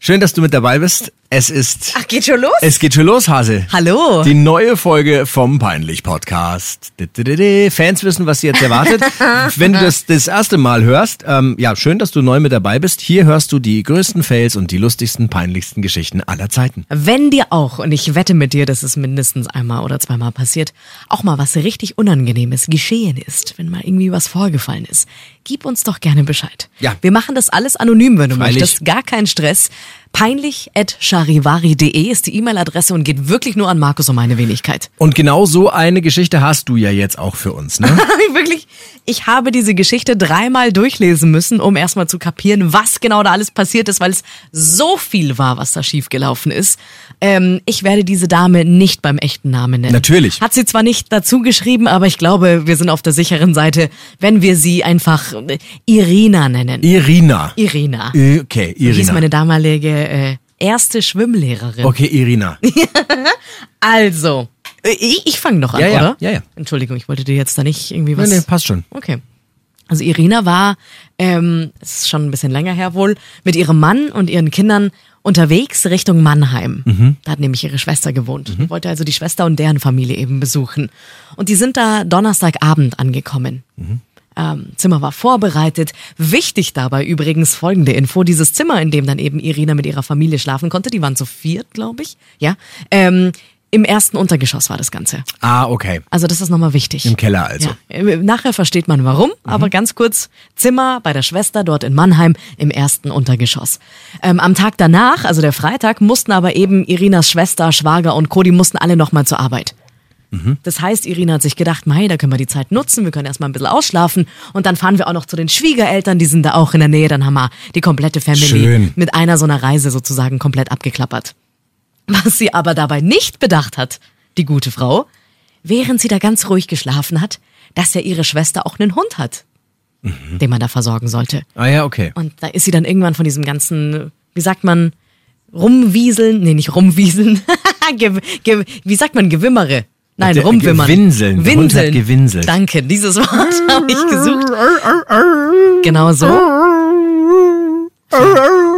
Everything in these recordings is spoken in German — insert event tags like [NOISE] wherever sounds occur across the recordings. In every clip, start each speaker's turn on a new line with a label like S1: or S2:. S1: Schön, dass du mit dabei bist. Es ist.
S2: Ach, geht schon los?
S1: Es geht schon los, Hase.
S2: Hallo.
S1: Äh, Die neue Folge vom Peinlich Podcast. Didididi. Fans wissen, was sie jetzt
S2: [LAUGHS]
S1: erwartet. Wenn du das das erste Mal hörst, ähm, ja, schön, dass du neu mit dabei bist. Hier hörst du die größten Fails und die lustigsten, peinlichsten Geschichten aller Zeiten.
S2: Wenn dir auch, und ich wette mit dir, dass es mindestens einmal oder zweimal passiert, auch mal was richtig Unangenehmes geschehen ist, wenn mal irgendwie was vorgefallen ist, gib uns doch gerne Bescheid.
S1: Ja.
S2: Wir machen das alles anonym, wenn du
S1: Freilich.
S2: möchtest. Gar kein Stress. Peinlich at charivari.de ist die E-Mail-Adresse und geht wirklich nur an Markus um meine Wenigkeit.
S1: Und genau so eine Geschichte hast du ja jetzt auch für uns, ne?
S2: [LAUGHS] wirklich, ich habe diese Geschichte dreimal durchlesen müssen, um erstmal zu kapieren, was genau da alles passiert ist, weil es so viel war, was da schiefgelaufen ist. Ähm, ich werde diese Dame nicht beim echten Namen nennen.
S1: Natürlich.
S2: Hat sie zwar nicht dazu geschrieben, aber ich glaube, wir sind auf der sicheren Seite, wenn wir sie einfach äh, Irina nennen.
S1: Irina.
S2: Irina. Irina.
S1: Okay,
S2: Die ist
S1: Irina.
S2: meine damalige äh, erste Schwimmlehrerin.
S1: Okay, Irina.
S2: Also, äh, ich, ich fange noch an,
S1: Ja, ja,
S2: oder?
S1: ja, ja.
S2: Entschuldigung, ich wollte dir jetzt da nicht irgendwie
S1: Nee,
S2: was...
S1: nee, passt schon.
S2: Okay. Also Irina war, ähm, es ist schon ein bisschen länger her wohl, mit ihrem Mann und ihren Kindern unterwegs Richtung Mannheim. Da hat nämlich ihre Schwester gewohnt. Wollte also die Schwester und deren Familie eben besuchen. Und die sind da Donnerstagabend angekommen. Ähm, Zimmer war vorbereitet. Wichtig dabei übrigens folgende Info. Dieses Zimmer, in dem dann eben Irina mit ihrer Familie schlafen konnte, die waren zu viert, glaube ich. Ja. Ähm, Im ersten Untergeschoss war das Ganze.
S1: Ah, okay.
S2: Also das ist nochmal wichtig.
S1: Im Keller also.
S2: Ja. äh, Nachher versteht man warum, aber ganz kurz, Zimmer bei der Schwester dort in Mannheim im ersten Untergeschoss. Ähm, am Tag danach, also der Freitag, mussten aber eben Irinas Schwester, Schwager und Co., die mussten alle nochmal zur Arbeit. Das heißt, Irina hat sich gedacht, mei, da können wir die Zeit nutzen, wir können erstmal ein bisschen ausschlafen und dann fahren wir auch noch zu den Schwiegereltern, die sind da auch in der Nähe, dann haben wir die komplette Family
S1: Schön.
S2: mit einer so einer Reise sozusagen komplett abgeklappert. Was sie aber dabei nicht bedacht hat, die gute Frau, während sie da ganz ruhig geschlafen hat, dass ja ihre Schwester auch einen Hund hat, den man da versorgen sollte.
S1: Ah ja, okay.
S2: Und da ist sie dann irgendwann von diesem ganzen, wie sagt man, rumwieseln, nee, nicht rumwieseln, [LAUGHS] ge, ge, wie sagt man, gewimmere. Nein,
S1: Der- äh,
S2: rumwimmern.
S1: gewinseln. Der Hund hat
S2: Winseln.
S1: gewinselt.
S2: Danke, dieses Wort [LAUGHS] habe ich gesucht. Genau so.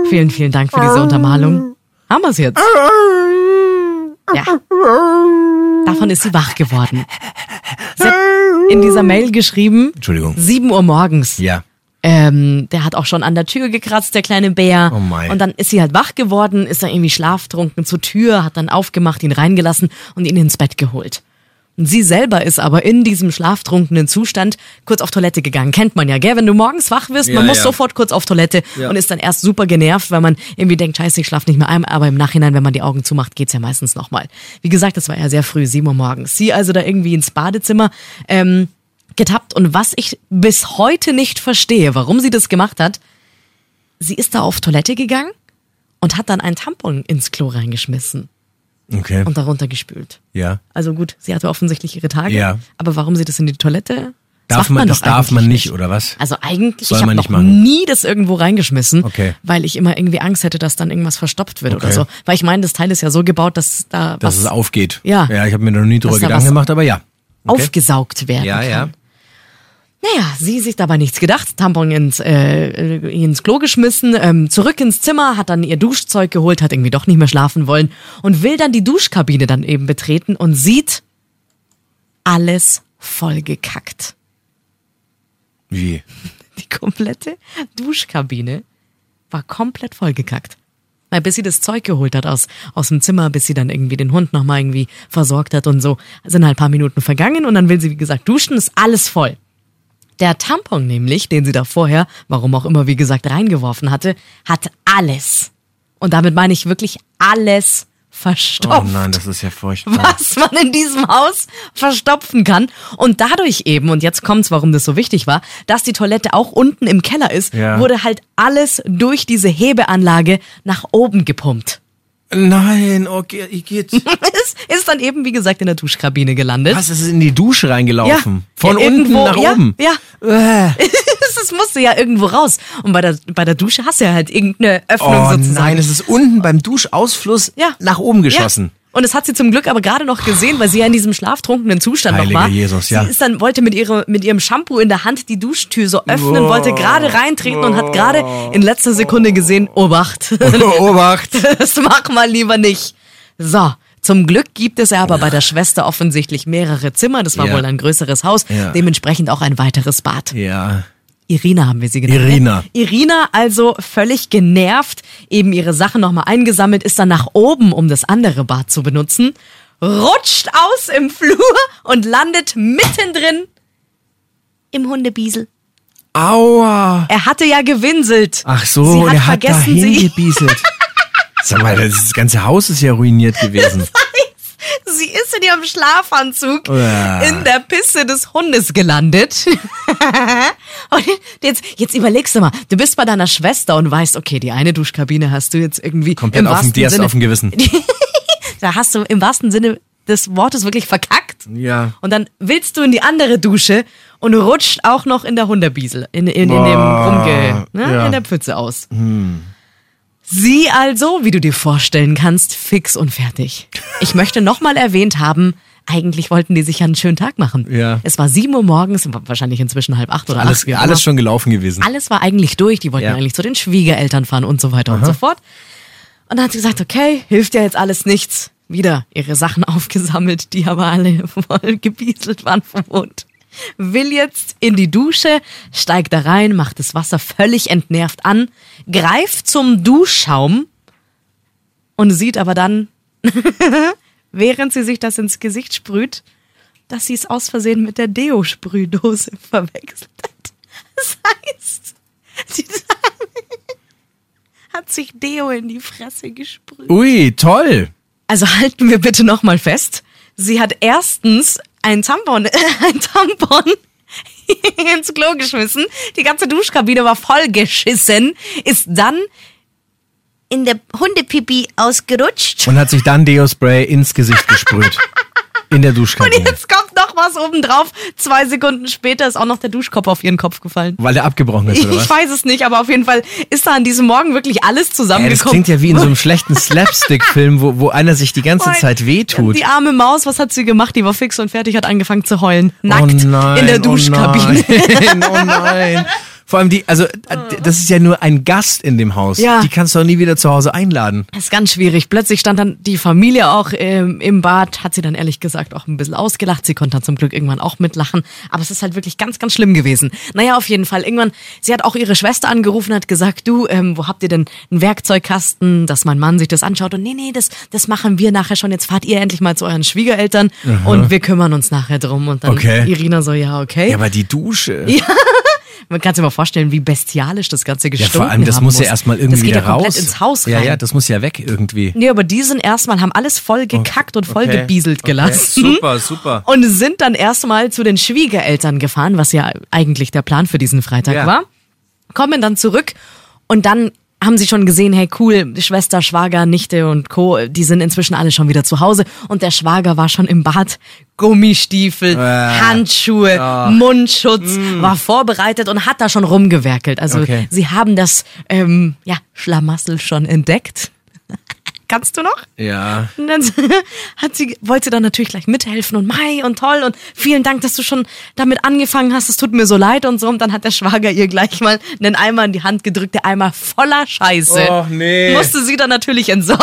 S2: Vielen, vielen Dank für diese Untermalung. Haben wir's jetzt. Ja. Davon ist sie wach geworden. Sie hat in dieser Mail geschrieben,
S1: Entschuldigung.
S2: 7 Uhr morgens.
S1: Ja.
S2: Ähm, der hat auch schon an der Tür gekratzt, der kleine Bär.
S1: Oh mein.
S2: Und dann ist sie halt wach geworden, ist dann irgendwie schlaftrunken zur Tür, hat dann aufgemacht, ihn reingelassen und ihn ins Bett geholt. Und sie selber ist aber in diesem schlaftrunkenen Zustand kurz auf Toilette gegangen. Kennt man ja, gell? Wenn du morgens wach wirst,
S1: Ja,
S2: man muss
S1: ja.
S2: sofort kurz auf Toilette
S1: Ja.
S2: und ist dann erst super genervt, weil man irgendwie denkt, scheiße, ich schlaf nicht mehr ein. Aber im Nachhinein, wenn man die Augen zumacht, geht's ja meistens nochmal. Wie gesagt, das war ja sehr früh, 7 Uhr morgens. Sie also da irgendwie ins Badezimmer. Ähm, getappt und was ich bis heute nicht verstehe, warum sie das gemacht hat, sie ist da auf Toilette gegangen und hat dann einen Tampon ins Klo reingeschmissen
S1: Okay.
S2: und darunter gespült.
S1: Ja.
S2: Also gut, sie hatte offensichtlich ihre Tage,
S1: Ja.
S2: aber warum sie das in die Toilette?
S1: Darf
S2: macht
S1: man- das
S2: doch
S1: darf
S2: eigentlich
S1: man nicht, oder was?
S2: Also eigentlich,
S1: Soll
S2: ich habe
S1: man
S2: noch
S1: nicht machen.
S2: nie das irgendwo reingeschmissen,
S1: Okay.
S2: weil ich immer irgendwie Angst hätte, dass dann irgendwas verstopft wird oder
S1: Okay.
S2: so. Weil ich meine, das Teil ist ja so gebaut, dass da
S1: Dass
S2: was
S1: es aufgeht.
S2: Ja.
S1: Ja, ich habe mir noch nie drüber
S2: Dass da
S1: Gedanken
S2: was
S1: gemacht, aber ja. Okay.
S2: aufgesaugt werden
S1: Ja,
S2: kann.
S1: ja.
S2: Naja, sie sich dabei nichts gedacht, Tampon ins, äh, ins Klo geschmissen, ähm, zurück ins Zimmer, hat dann ihr Duschzeug geholt, hat irgendwie doch nicht mehr schlafen wollen und will dann die Duschkabine dann eben betreten und sieht alles vollgekackt.
S1: Wie?
S2: Die komplette Duschkabine war komplett vollgekackt. Na, bis sie das Zeug geholt hat aus, aus dem Zimmer, bis sie dann irgendwie den Hund nochmal irgendwie versorgt hat und so, sind halt ein paar Minuten vergangen und dann will sie, wie gesagt, duschen, ist alles voll. Der Tampon nämlich, den sie da vorher, warum auch immer, wie gesagt, reingeworfen hatte, hat alles. Und damit meine ich wirklich alles
S1: Oh
S2: verstopft.
S1: nein, das ist ja furchtbar.
S2: was man in diesem Haus verstopfen kann. Und dadurch eben, und jetzt kommt's, warum das so wichtig war, dass die Toilette auch unten im Keller ist,
S1: Ja.
S2: wurde halt alles durch diese Hebeanlage nach oben gepumpt. [LAUGHS]
S1: Nein, okay, ich geht's.
S2: ist, ist dann eben, wie gesagt, in der Duschkabine gelandet.
S1: Was, es ist in die Dusche reingelaufen?
S2: Ja.
S1: hm. Von
S2: Ja,
S1: unten
S2: irgendwo,
S1: nach
S2: ja,
S1: oben? Äh.
S2: Ja. [LAUGHS] Es musste ja irgendwo raus. Und bei der, bei der Dusche hast du ja halt irgendeine Öffnung
S1: Oh
S2: sozusagen.
S1: nein, es ist unten beim Duschausfluss
S2: Ja.
S1: nach oben geschossen.
S2: Ja. Und das hat sie zum Glück aber gerade noch gesehen, weil sie ja in diesem schlaftrunkenen Zustand
S1: Heiliger
S2: noch war.
S1: Jesus, ja.
S2: Sie ist dann, wollte mit, ihre, mit ihrem Shampoo in der Hand die Duschtür so öffnen, wollte gerade reintreten und hat gerade in letzter Sekunde gesehen,
S1: [LAUGHS]
S2: Obacht,
S1: Obacht.
S2: das mach mal lieber nicht. So. Zum Glück gibt es ja aber bei der Schwester offensichtlich mehrere Zimmer. Das war
S1: Ja.
S2: wohl ein größeres Haus.
S1: Ja.
S2: Dementsprechend auch ein weiteres Bad.
S1: Ja.
S2: Irina haben wir sie genannt.
S1: Irina.
S2: ne? Irina also völlig genervt, eben ihre Sachen nochmal eingesammelt, ist dann nach oben, um das andere Bad zu benutzen, rutscht aus im Flur und landet mittendrin im Hundebiesel.
S1: Aua.
S2: Er hatte ja gewinselt.
S1: Ach so,
S2: sie hat
S1: der hat da
S2: vergessen, sie, [LAUGHS]
S1: hingebieselt. Sag mal, das, das ganze Haus ist ja ruiniert gewesen.
S2: sie ist in ihrem Schlafanzug
S1: Uah.
S2: in der Pisse des Hundes gelandet. [LAUGHS] Und jetzt, jetzt überlegst du mal, du bist bei deiner Schwester und weißt, okay, die eine Duschkabine hast du jetzt irgendwie
S1: Komplett
S2: im
S1: auf dem
S2: wahrsten
S1: DS
S2: Sinne,
S1: auf dem Gewissen.
S2: da hast du im wahrsten Sinne des Wortes wirklich verkackt.
S1: Ja.
S2: Und dann willst du in die andere Dusche und rutscht auch noch in der Hunderbiesel, in, in, in dem
S1: Boah,
S2: Rumge, ne,
S1: ja. Hm.
S2: in der Pfütze aus. Sie also, wie du dir vorstellen kannst, fix und fertig. Ich möchte nochmal erwähnt haben, eigentlich wollten die sich ja einen schönen Tag machen.
S1: Ja.
S2: Es war sieben Uhr morgens, wahrscheinlich inzwischen halb acht oder
S1: Alles,
S2: acht. wie auch immer
S1: alles schon gelaufen gewesen.
S2: alles war eigentlich durch. Die wollten
S1: Hm. Ja.
S2: eigentlich zu den Schwiegereltern fahren und so weiter und so fort. Und dann hat sie gesagt, okay, hilft ja jetzt alles nichts. Wieder ihre Sachen [LAUGHS] aufgesammelt, die aber alle voll gebieselt waren vom Hund. Will jetzt in die Dusche, steigt da rein, macht das Wasser völlig entnervt an, greift zum Duschschaum und sieht aber dann, [LAUGHS] während sie sich das ins Gesicht sprüht, dass sie es aus Versehen mit der Deo-Sprühdose [LAUGHS] verwechselt hat. Das heißt, die [LAUGHS] Dame hat sich Deo in die Fresse gesprüht.
S1: Ui, toll.
S2: Also halten wir bitte nochmal fest. Sie hat erstens ein Tampon, [LAUGHS] ein Tampon [LAUGHS] ins Klo geschmissen. Die ganze Duschkabine war voll geschissen. Ist dann in der Hundepipi ausgerutscht.
S1: Und hat sich dann Deo-Spray ins Gesicht
S2: [LAUGHS]
S1: gesprüht. In der
S2: Und
S1: Duschkabine.
S2: jetzt kommt noch was obendrauf. Zwei Sekunden später ist auch noch der Duschkopf auf ihren Kopf gefallen.
S1: Weil der abgebrochen ist, oder
S2: Ich
S1: was?
S2: weiß es nicht, aber auf jeden Fall ist da an diesem Morgen wirklich alles
S1: Ey,
S2: zusammengekommen.
S1: das klingt ja wie in so
S2: [LAUGHS]
S1: einem schlechten Slapstick-Film, wo, wo einer sich die ganze Zeit wehtut.
S2: Die arme Maus, was hat sie gemacht? Die war fix und fertig, hat angefangen zu heulen. Nackt
S1: oh nein,
S2: in der Duschkabine. Oh.
S1: Oh nein, [LAUGHS] oh nein. Vor allem die, also äh, d- das ist ja nur ein Gast in dem Haus.
S2: Ja.
S1: Die kannst du auch nie wieder zu Hause einladen.
S2: Das ist ganz schwierig. Plötzlich stand dann die Familie auch ähm, im Bad, hat sie dann ehrlich gesagt auch ein bisschen ausgelacht. Sie konnte dann zum Glück irgendwann auch mitlachen. Aber es ist halt wirklich ganz, ganz schlimm gewesen. Naja, auf jeden Fall. Irgendwann, sie hat auch ihre Schwester angerufen, hat gesagt, du, ähm, wo habt ihr denn einen Werkzeugkasten, dass mein Mann sich das anschaut? Und nee, nee, das, das machen wir nachher schon. Jetzt fahrt ihr endlich mal zu euren Schwiegereltern und wir kümmern uns nachher drum. Und dann
S1: Okay.
S2: Irina so, ja, okay.
S1: Ja, aber die Dusche.
S2: Man kann sich mal vorstellen, wie bestialisch das Ganze
S1: Ja,
S2: gestunken
S1: vor allem, das
S2: haben
S1: muss ja
S2: muss.
S1: erstmal irgendwie
S2: Das geht
S1: wieder
S2: ja komplett
S1: raus.
S2: ins Haus rein.
S1: Ja, ja, das muss ja weg irgendwie.
S2: Nee, aber die sind erstmal, haben alles voll gekackt und voll
S1: okay,
S2: gebieselt
S1: okay.
S2: [LAUGHS] gelassen.
S1: Super, super.
S2: Und sind dann erstmal zu den Schwiegereltern gefahren, was ja eigentlich der Plan für diesen Freitag
S1: Ja.
S2: war. Kommen dann zurück und dann haben sie schon gesehen, hey cool, Schwester, Schwager, Nichte und Co., die sind inzwischen alle schon wieder zu Hause. Und der Schwager war schon im Bad, Gummistiefel, Handschuhe, Mundschutz, war vorbereitet und hat da schon rumgewerkelt. Also
S1: Mm. Okay.
S2: sie haben das ähm, ja, Schlamassel schon entdeckt. [LAUGHS] Kannst du noch?
S1: Ja.
S2: Und dann [LAUGHS] hat sie, wollte dann natürlich gleich mithelfen und Mai und toll und vielen Dank, dass du schon damit angefangen hast. Es tut mir so leid und so. Und dann hat der Schwager ihr gleich mal einen Eimer in die Hand gedrückt, der Eimer voller Scheiße.
S1: Och, nee.
S2: Musste sie dann natürlich [LAUGHS] entsorgen.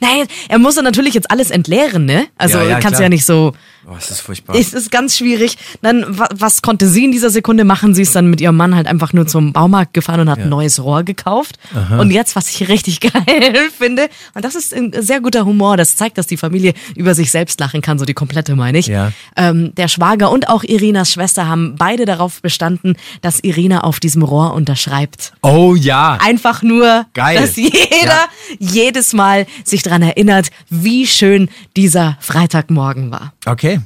S2: Nein, er musste natürlich jetzt alles entleeren, ne? Also
S1: Ja, ja,
S2: kannst du
S1: klar.
S2: ja nicht so
S1: Oh, es ist furchtbar.
S2: Es ist ganz schwierig. Dann, wa- was konnte sie in dieser Sekunde machen? Sie ist dann mit ihrem Mann halt einfach nur zum Baumarkt gefahren und hat ein neues Rohr gekauft. Und jetzt, was ich [LAUGHS] richtig geil finde, und das ist ein sehr guter Humor, das zeigt, dass die Familie über sich selbst lachen kann, so die komplette meine ich.
S1: Ja.
S2: Ähm, der Schwager und auch Irinas Schwester haben beide darauf bestanden, dass Irina auf diesem Rohr unterschreibt.
S1: oh ja.
S2: Einfach nur,
S1: Geil.
S2: dass jeder
S1: Ja.
S2: jedes Mal sich dran erinnert, wie schön dieser Freitagmorgen war.
S1: Okay.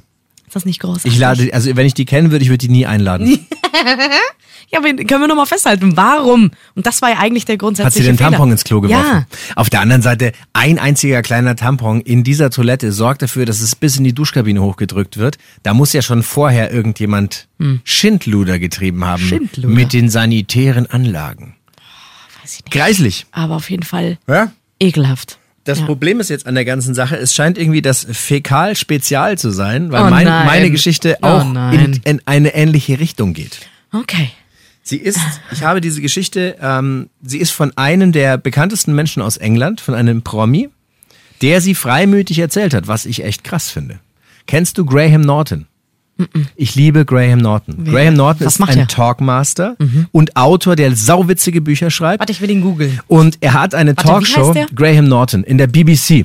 S2: Ist das nicht großartig?
S1: Ich lade, also wenn ich die kennen würde, ich würde die nie einladen.
S2: Ja, aber können wir nochmal festhalten, warum? Und das war ja eigentlich der
S1: Hat sie
S2: grundsätzliche
S1: den
S2: Fehler.
S1: Tampon ins Klo geworfen?
S2: Ja,
S1: Auf der anderen Seite, ein einziger kleiner Tampon in dieser Toilette sorgt dafür, dass es bis in die Duschkabine hochgedrückt wird. Da muss ja schon vorher irgendjemand Schindluder getrieben haben
S2: Hm. Schindluder. Oh,
S1: mit den sanitären Anlagen.
S2: weiß ich nicht.
S1: Greislich.
S2: Aber auf jeden Fall
S1: Ja?
S2: ekelhaft.
S1: Das
S2: ja.
S1: Problem ist jetzt an der ganzen Sache, es scheint irgendwie das Fäkal-Spezial zu sein, weil
S2: Oh
S1: mein,
S2: nein.
S1: meine Geschichte
S2: Oh
S1: auch in,
S2: nein.
S1: in eine ähnliche Richtung geht.
S2: Okay.
S1: Sie ist,
S2: Ah.
S1: ich habe diese Geschichte, ähm, sie ist von einem der bekanntesten Menschen aus England, von einem Promi, der sie freimütig erzählt hat, was ich echt krass finde. Kennst du Graham Norton? Ich liebe Graham Norton. Graham Norton
S2: Was
S1: ist
S2: macht
S1: ein
S2: er? Mhm.
S1: Talkmaster und Autor, der sauwitzige Bücher schreibt.
S2: Warte, ich will ihn googeln.
S1: Und er hat eine
S2: Warte, wie
S1: Talkshow,
S2: heißt der?
S1: Graham Norton, in der BBC,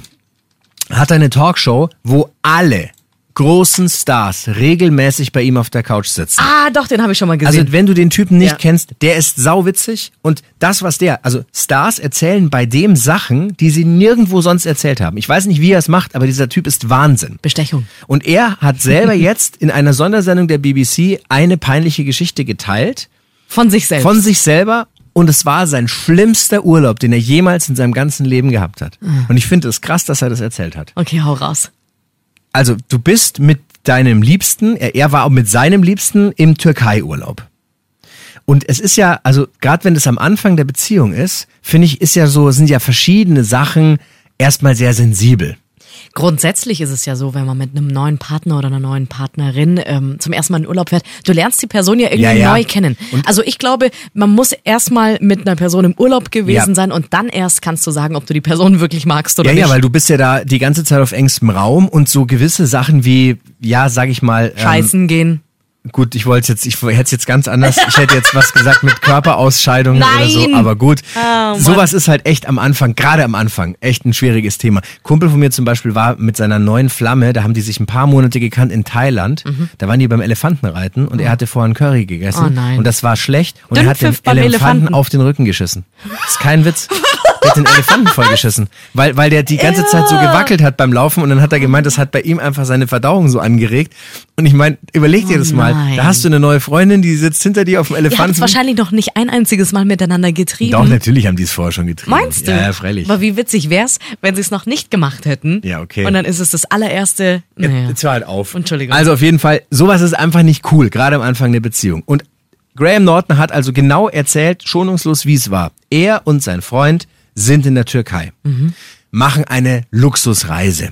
S1: hat eine Talkshow, wo alle großen Stars regelmäßig bei ihm auf der Couch sitzen.
S2: Ah, doch, den habe ich schon mal gesehen.
S1: Also wenn du den Typen nicht
S2: Ja.
S1: kennst, der ist sauwitzig und das, was der, also Stars erzählen bei dem Sachen, die sie nirgendwo sonst erzählt haben. Ich weiß nicht, wie er es macht, aber dieser Typ ist Wahnsinn.
S2: Bestechung.
S1: Und er hat
S2: [LAUGHS]
S1: selber jetzt in einer Sondersendung der BBC eine peinliche Geschichte geteilt
S2: Von sich selbst.
S1: von sich selber und es war sein schlimmster Urlaub, den er jemals in seinem ganzen Leben gehabt hat. Und ich finde es krass, dass er das erzählt hat.
S2: okay, hau raus.
S1: Also du bist mit deinem Liebsten, er, er war auch mit seinem Liebsten im Türkei-Urlaub. Und es ist ja, also gerade wenn es am Anfang der Beziehung ist, finde ich, ist ja so, sind ja verschiedene Sachen erstmal sehr sensibel.
S2: Grundsätzlich ist es ja so, wenn man mit einem neuen Partner oder einer neuen Partnerin ähm, zum ersten Mal in Urlaub fährt, du lernst die Person ja irgendwie
S1: Ja, ja.
S2: neu kennen.
S1: Und-
S2: also ich glaube, man muss erstmal mit einer Person im Urlaub gewesen
S1: Ja.
S2: sein und dann erst kannst du sagen, ob du die Person wirklich magst oder
S1: Ja,
S2: nicht.
S1: ja, weil du bist ja da die ganze Zeit auf engstem Raum und so gewisse Sachen wie, ja, sag ich mal, ähm,
S2: Scheißen gehen.
S1: gut, ich wollte jetzt, ich hätte es jetzt ganz anders, ich hätte jetzt was gesagt mit Körperausscheidungen oder so,
S2: Nein! Oh,
S1: aber gut. Sowas ist halt echt am Anfang, gerade am Anfang, echt ein schwieriges Thema. Kumpel von mir zum Beispiel war mit seiner neuen Flamme, da haben die sich ein paar Monate gekannt in Thailand, da waren die beim Elefantenreiten und er hatte vorher einen Curry gegessen
S2: Mhm. Oh nein.
S1: und das war schlecht und er hat den
S2: Dünnpfiff beim
S1: Elefanten,
S2: Elefanten.
S1: auf den Rücken geschissen. Das ist kein Witz. Der hat den Elefanten vollgeschissen, weil, weil der die ganze Zeit so gewackelt hat beim Laufen und dann hat er gemeint, das hat bei ihm einfach seine Verdauung so angeregt. Und ich meine, überleg dir das mal,
S2: Oh nein.
S1: da hast du eine neue Freundin, die sitzt hinter dir auf dem
S2: Ihr habt es
S1: Elefanten.
S2: wahrscheinlich noch nicht ein einziges Mal miteinander getrieben.
S1: Doch, natürlich haben die es vorher schon getrieben.
S2: Meinst du?
S1: Ja, ja freilich.
S2: Aber wie witzig wär's, wenn sie es noch nicht gemacht hätten.
S1: Ja, okay.
S2: Und dann ist es das allererste. Naja.
S1: Jetzt hör halt auf.
S2: Entschuldigung.
S1: Also auf jeden Fall, sowas ist einfach nicht cool, gerade am Anfang der Beziehung. Und Graham Norton hat also genau erzählt, schonungslos, wie es war. Er und sein Freund sind in der Türkei,
S2: Mhm.
S1: machen eine Luxusreise.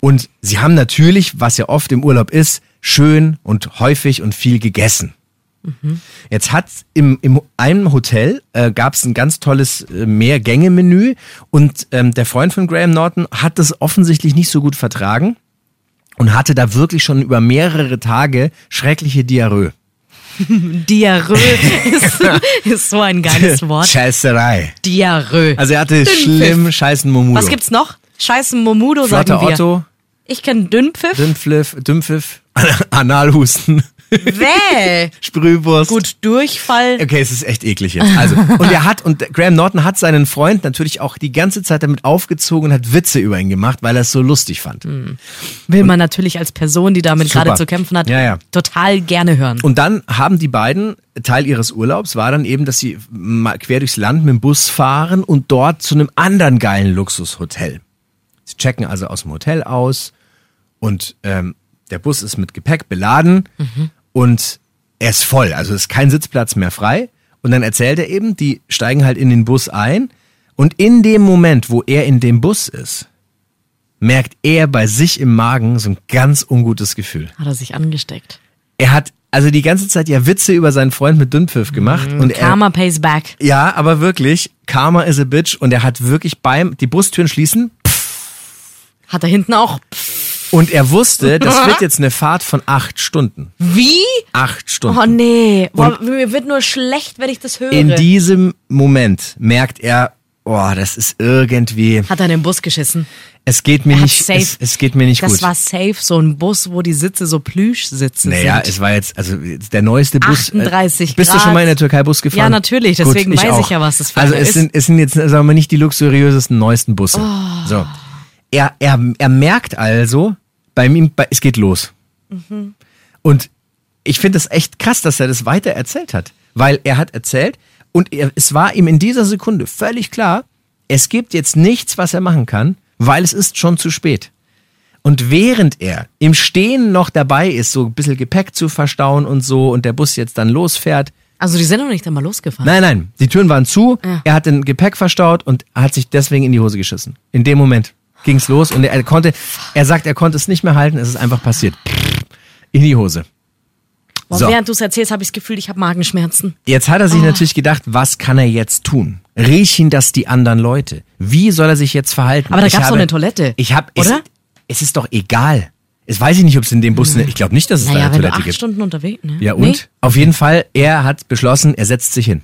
S1: Und sie haben natürlich, was ja oft im Urlaub ist, schön und häufig und viel gegessen.
S2: Mhm.
S1: Jetzt hat im, im einem Hotel äh, gab es ein ganz tolles äh, Mehrgänge-Menü und ähm, der Freund von Graham Norton hat das offensichtlich nicht so gut vertragen und hatte da wirklich schon über mehrere Tage schreckliche Diarrhoe. [LAUGHS]
S2: Diarrhoe ist, ist so ein geiles Wort.
S1: Scheißerei.
S2: Diarrhoe.
S1: Also er hatte schlimm scheißen Momudo.
S2: Was gibt's noch? Scheißen Momudo,
S1: Flotte
S2: sagen wir.
S1: Otto,
S2: Ich kenn Dünnpfiff.
S1: Dünnpfiff, Dünnpfiff, [LAUGHS] Analhusten, [LAUGHS]
S2: Wäh.
S1: Sprühwurst.
S2: Gut, Durchfall.
S1: Okay, es ist echt eklig jetzt. Also, und er hat, und Graham Norton hat seinen Freund natürlich auch die ganze Zeit damit aufgezogen und hat Witze über ihn gemacht, weil er es so lustig fand.
S2: Hm. Will man natürlich als Person, die damit
S1: Super.
S2: gerade zu kämpfen hat,
S1: Ja, ja.
S2: total gerne hören.
S1: Und dann haben die beiden, Teil ihres Urlaubs war dann eben, dass sie mal quer durchs Land mit dem Bus fahren und dort zu einem anderen geilen Luxushotel. Sie checken also aus dem Hotel aus und ähm, der Bus ist mit Gepäck beladen und er ist voll, also ist kein Sitzplatz mehr frei. Und dann erzählt er eben, die steigen halt in den Bus ein und in dem Moment, wo er in dem Bus ist, merkt er bei sich im Magen so ein ganz ungutes Gefühl
S2: Hat er sich angesteckt.
S1: er hat also die ganze Zeit ja Witze über seinen Freund mit Dünnpfiff gemacht und er
S2: Mhm. Karma pays back.
S1: ja, aber wirklich Karma is a bitch und er hat wirklich beim die Brusttüren schließen
S2: Hat er hinten auch.
S1: Und er wusste,
S2: [LAUGHS]
S1: das wird jetzt eine Fahrt von acht Stunden.
S2: Wie?
S1: Acht Stunden.
S2: Oh nee, Boah, mir wird nur schlecht, wenn ich das höre.
S1: In diesem Moment merkt er, oh, das ist irgendwie,
S2: hat er in den Bus geschissen.
S1: es geht mir
S2: Er hat
S1: nicht,
S2: safe-
S1: es, es geht mir nicht
S2: das
S1: gut.
S2: war safe so ein Bus, wo die Sitze so Plüschsitze
S1: naja,
S2: sind.
S1: es war jetzt, also der neueste Bus. äh,
S2: 38
S1: Bist du
S2: Grad.
S1: schon mal in der Türkei Bus gefahren?
S2: Ja, natürlich, deswegen weiß ich ja, was das für
S1: Also
S2: einer
S1: es
S2: ist.
S1: sind, es sind jetzt, sagen wir mal, nicht die luxuriösesten, neuesten Busse.
S2: Oh.
S1: So. Er, er, er merkt also, bei ihm, bei, es geht los.
S2: Mhm.
S1: Und ich finde das echt krass, dass er das weiter erzählt hat. Weil er hat erzählt und er, es war ihm in dieser Sekunde völlig klar, es gibt jetzt nichts, was er machen kann, weil es ist schon zu spät. Und während er im Stehen noch dabei ist, so ein bisschen Gepäck zu verstauen und so und der Bus jetzt dann losfährt,
S2: also die sind noch nicht einmal losgefahren.
S1: Nein, nein, die Türen waren zu.
S2: Ja.
S1: Er hat den Gepäck verstaut und hat sich deswegen in die Hose geschissen. In dem Moment ging's los und er, er konnte, er sagt, er konnte es nicht mehr halten, es ist einfach passiert. In die Hose.
S2: Boah,
S1: so.
S2: Während du es erzählst, habe ich das Gefühl, ich habe Magenschmerzen.
S1: Jetzt hat er
S2: Ah.
S1: sich natürlich gedacht, was kann er jetzt tun? Riechen das die anderen Leute? Wie soll er sich jetzt verhalten?
S2: Aber da
S1: Ich
S2: gab's doch
S1: habe-
S2: eine Toilette,
S1: Ich habe,
S2: oder?
S1: Es, es ist doch egal. Es weiß ich nicht, ob es in dem Bus, eine, ich glaube nicht, dass es da
S2: Hm. Naja,
S1: eine
S2: wenn du
S1: Toilette
S2: acht
S1: gibt.
S2: Stunden unterwegs, ne?
S1: Ja und?
S2: Nee?
S1: Auf jeden Fall, er hat beschlossen, er setzt sich hin.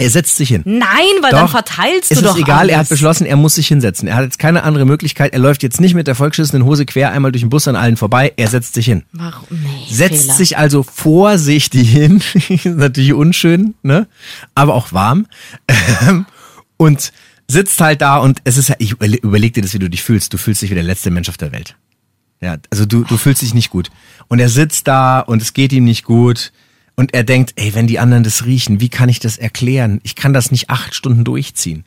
S1: Er setzt sich hin.
S2: Nein, weil dann verteilst
S1: es
S2: du doch
S1: ist egal,
S2: alles.
S1: er hat beschlossen, er muss sich hinsetzen. Er hat jetzt keine andere Möglichkeit. Er läuft jetzt nicht mit der vollgeschissenen Hose quer einmal durch den Bus an allen vorbei. Er setzt sich hin.
S2: Warum? Nee,
S1: Setzt
S2: Fehler.
S1: sich also vorsichtig hin. [LAUGHS] Ist Natürlich unschön, ne? Aber auch warm. Ähm, und sitzt halt da und es ist, ich überle- überleg dir das, wie du dich fühlst. Du fühlst dich wie der letzte Mensch auf der Welt. Ja, also du, du fühlst dich nicht gut. Und er sitzt da und es geht ihm nicht gut. Und er denkt, ey, wenn die anderen das riechen, wie kann ich das erklären? Ich kann das nicht acht Stunden durchziehen.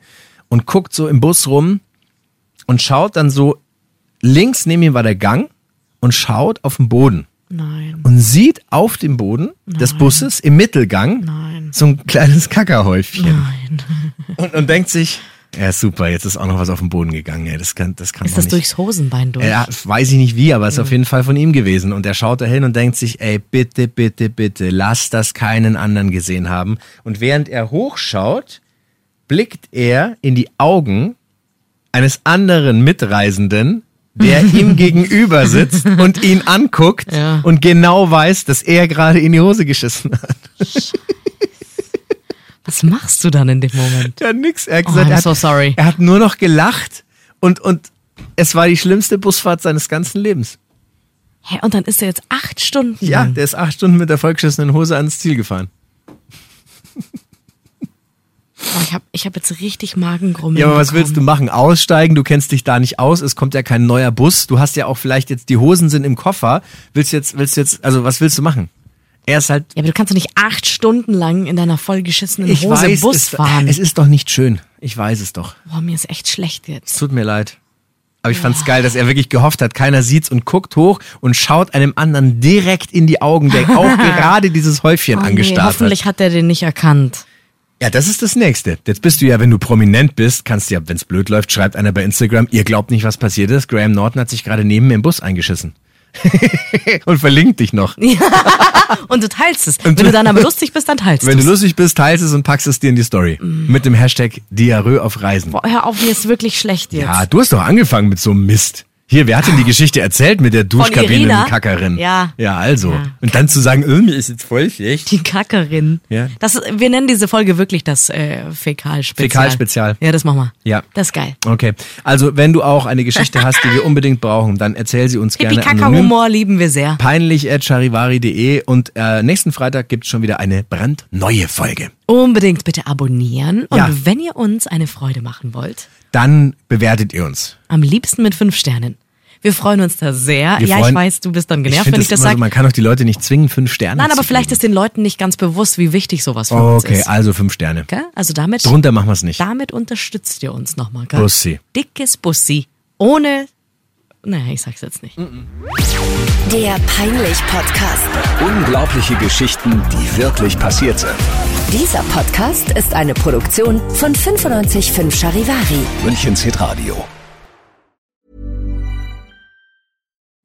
S1: Und guckt so im Bus rum und schaut dann so, links neben ihm war der Gang und schaut auf den Boden
S2: Nein.
S1: und sieht auf dem Boden des Busses im Mittelgang
S2: Nein.
S1: so ein kleines Kackerhäufchen. Und, und denkt sich, ja super, jetzt ist auch noch was auf den Boden gegangen. Ey, das kann, das kann
S2: Ist
S1: doch
S2: das
S1: nicht.
S2: durchs Hosenbein durch?
S1: Ja, Äh, weiß ich nicht wie, aber es ist auf jeden Fall von ihm gewesen. Und er schaut da hin und denkt sich, ey, bitte, bitte, bitte, lass das keinen anderen gesehen haben. Und während er hochschaut, blickt er in die Augen eines anderen Mitreisenden,
S2: [LAUGHS]
S1: der ihm gegenüber sitzt und ihn anguckt
S2: Ja.
S1: und genau weiß, dass er gerade in die Hose geschissen hat.
S2: Was machst du dann in dem Moment?
S1: Er hat nix. Er hat
S2: Oh,
S1: gesagt,
S2: I'm
S1: er, hat,
S2: so sorry.
S1: er hat nur noch gelacht und, und es war die schlimmste Busfahrt seines ganzen Lebens.
S2: Hä, und dann ist er jetzt acht Stunden
S1: Ja,
S2: lang.
S1: der ist acht Stunden mit der vollgeschissenen Hose ans Ziel gefahren.
S2: Boah, Oh, ich habe ich hab jetzt richtig Magengrummeln
S1: Ja, aber was
S2: bekommen.
S1: willst du machen? Aussteigen? Du kennst dich da nicht aus. Es kommt ja kein neuer Bus. Du hast ja auch vielleicht jetzt die Hosen sind im Koffer. Willst du jetzt, willst du jetzt, also was willst du machen? Er ist halt.
S2: Ja, aber du kannst doch nicht acht Stunden lang in deiner vollgeschissenen
S1: Ich
S2: Hose
S1: weiß,
S2: Bus
S1: es,
S2: fahren.
S1: es ist doch nicht schön. Ich weiß es doch.
S2: Boah, mir ist echt schlecht jetzt.
S1: Es tut mir leid. Aber ich fand's geil, dass er wirklich gehofft hat, keiner sieht's und guckt hoch und schaut einem anderen direkt in die Augen, der
S2: [LAUGHS]
S1: auch gerade dieses Häufchen
S2: Oh, nee,
S1: angestarrt hat.
S2: hoffentlich hat er den nicht erkannt.
S1: Ja, das ist das Nächste. Jetzt bist du ja, wenn du prominent bist, kannst du ja, wenn's blöd läuft, schreibt einer bei Instagram, ihr glaubt nicht, was passiert ist. Graham Norton hat sich gerade neben mir im Bus eingeschissen. [LAUGHS] und verlinkt dich noch.
S2: Und du teilst es. Wenn du dann aber lustig bist, dann teilst
S1: Wenn du
S2: du's.
S1: lustig bist, teilst es und packst es dir in die Story. Mit dem Hashtag Diarrhoe auf Reisen.
S2: Boah, hör auf, mir ist wirklich schlecht jetzt.
S1: Ja, du hast doch angefangen mit so einem Mist. Hier, wer hat denn die Geschichte erzählt mit der
S2: Irina?
S1: Duschkabinenkackerin?
S2: Ja.
S1: Ja, also.
S2: Ja.
S1: Und dann zu sagen, oh, mir ist jetzt voll schlecht.
S2: [LAUGHS] Die Kackerin.
S1: Ja.
S2: Das, wir nennen diese Folge wirklich das äh, Fäkalspezial.
S1: Fäkalspezial.
S2: Ja, das machen wir.
S1: Ja.
S2: Das ist geil.
S1: Okay, also wenn du auch eine Geschichte hast, die wir unbedingt brauchen, dann erzähl sie uns gerne anonym.
S2: Hippie-Kacker-Humor lieben wir sehr.
S1: peinlich at charivari.de und äh, nächsten Freitag gibt's schon wieder eine brandneue Folge.
S2: Unbedingt bitte abonnieren. Und
S1: Ja.
S2: wenn ihr uns eine Freude machen wollt,
S1: Dann bewertet ihr uns.
S2: am liebsten mit fünf Sternen. Wir freuen uns da sehr.
S1: Wir
S2: ja, ich
S1: freuen-
S2: weiß, du bist dann genervt,
S1: find
S2: wenn ich das
S1: immer so,
S2: sage.
S1: man kann doch die Leute nicht zwingen, fünf Sterne
S2: Nein,
S1: zu
S2: aber vielleicht
S1: geben.
S2: ist den Leuten nicht ganz bewusst, wie wichtig sowas für uns
S1: Okay,
S2: ist.
S1: also fünf Sterne.
S2: Gell? Also damit,
S1: Drunter machen wir's nicht.
S2: damit unterstützt ihr uns nochmal. gell?
S1: Bussi.
S2: Dickes Bussi. Ohne, naja, ich sag's jetzt nicht.
S3: Der Peinlich-Podcast.
S4: Unglaubliche Geschichten, die wirklich passiert sind.
S3: Dieser Podcast ist eine Produktion von 955 Charivari.
S4: Münchens Hitradio.